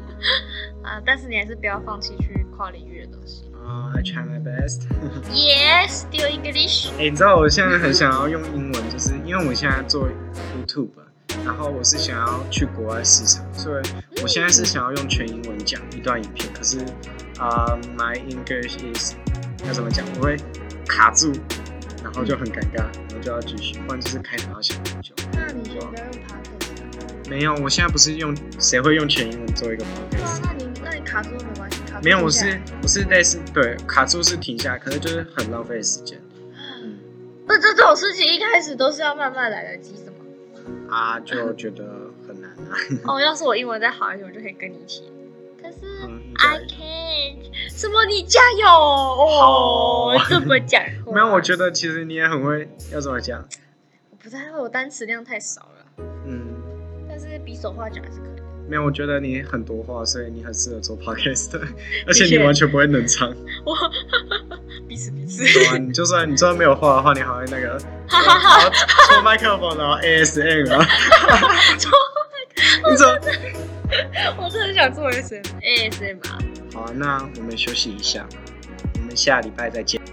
Speaker 2: <laughs> 啊，但是你还是不要放弃去跨领域的东西。
Speaker 1: 啊、i try my best。
Speaker 2: Yes, still English。
Speaker 1: 哎、你知道我现在很想要用英文，就是因为我现在做 YouTube，然后我是想要去国外市场，所以我现在是想要用全英文讲一段影片，可是啊、m y English is 要怎么讲？我会卡住，然后就很尴尬，然后就要继续，不然就是开头要想很久。
Speaker 2: 那你就不要用 podcast 了。
Speaker 1: 啊没有，我现在不是用谁会用全英文做一个
Speaker 2: 对啊
Speaker 1: podcast？，
Speaker 2: 那你那你卡住了没关系，卡住
Speaker 1: 没有，我
Speaker 2: 停下
Speaker 1: 是
Speaker 2: 来
Speaker 1: 我是类似对卡住是停下来，可是就是很浪费时间。嗯。
Speaker 2: 那这种事情一开始都是要慢慢来的，急什么？
Speaker 1: <laughs> 啊，
Speaker 2: <laughs>
Speaker 1: 就觉得很难啊。
Speaker 2: 哦，要是我英文再好一点，我就可以跟你一起。可是、
Speaker 1: 嗯
Speaker 2: I can't，什么？你加油哦！
Speaker 1: 好
Speaker 2: 这么讲话，
Speaker 1: 没有，我觉得其实你也很会，要怎么讲？
Speaker 2: 我不太会，我单词量太少了。
Speaker 1: 嗯，
Speaker 2: 但是比手画脚还是可以的。
Speaker 1: 没有，我觉得你很多话，所以你很适合做 podcast，而
Speaker 2: 的
Speaker 1: 且
Speaker 2: 确
Speaker 1: 你完全不会冷场。
Speaker 2: 我彼此彼此， <laughs>
Speaker 1: 对啊，你就算你就算没有话的话，你还会那个，
Speaker 2: 哈哈
Speaker 1: 然
Speaker 2: 哈！
Speaker 1: 后抽麦克风，然后 ASM 啊，
Speaker 2: 抽
Speaker 1: 你怎么？
Speaker 2: 我真的很想做 S M A S M 啊。
Speaker 1: 好啊，那我们休息一下，我们下礼拜再见。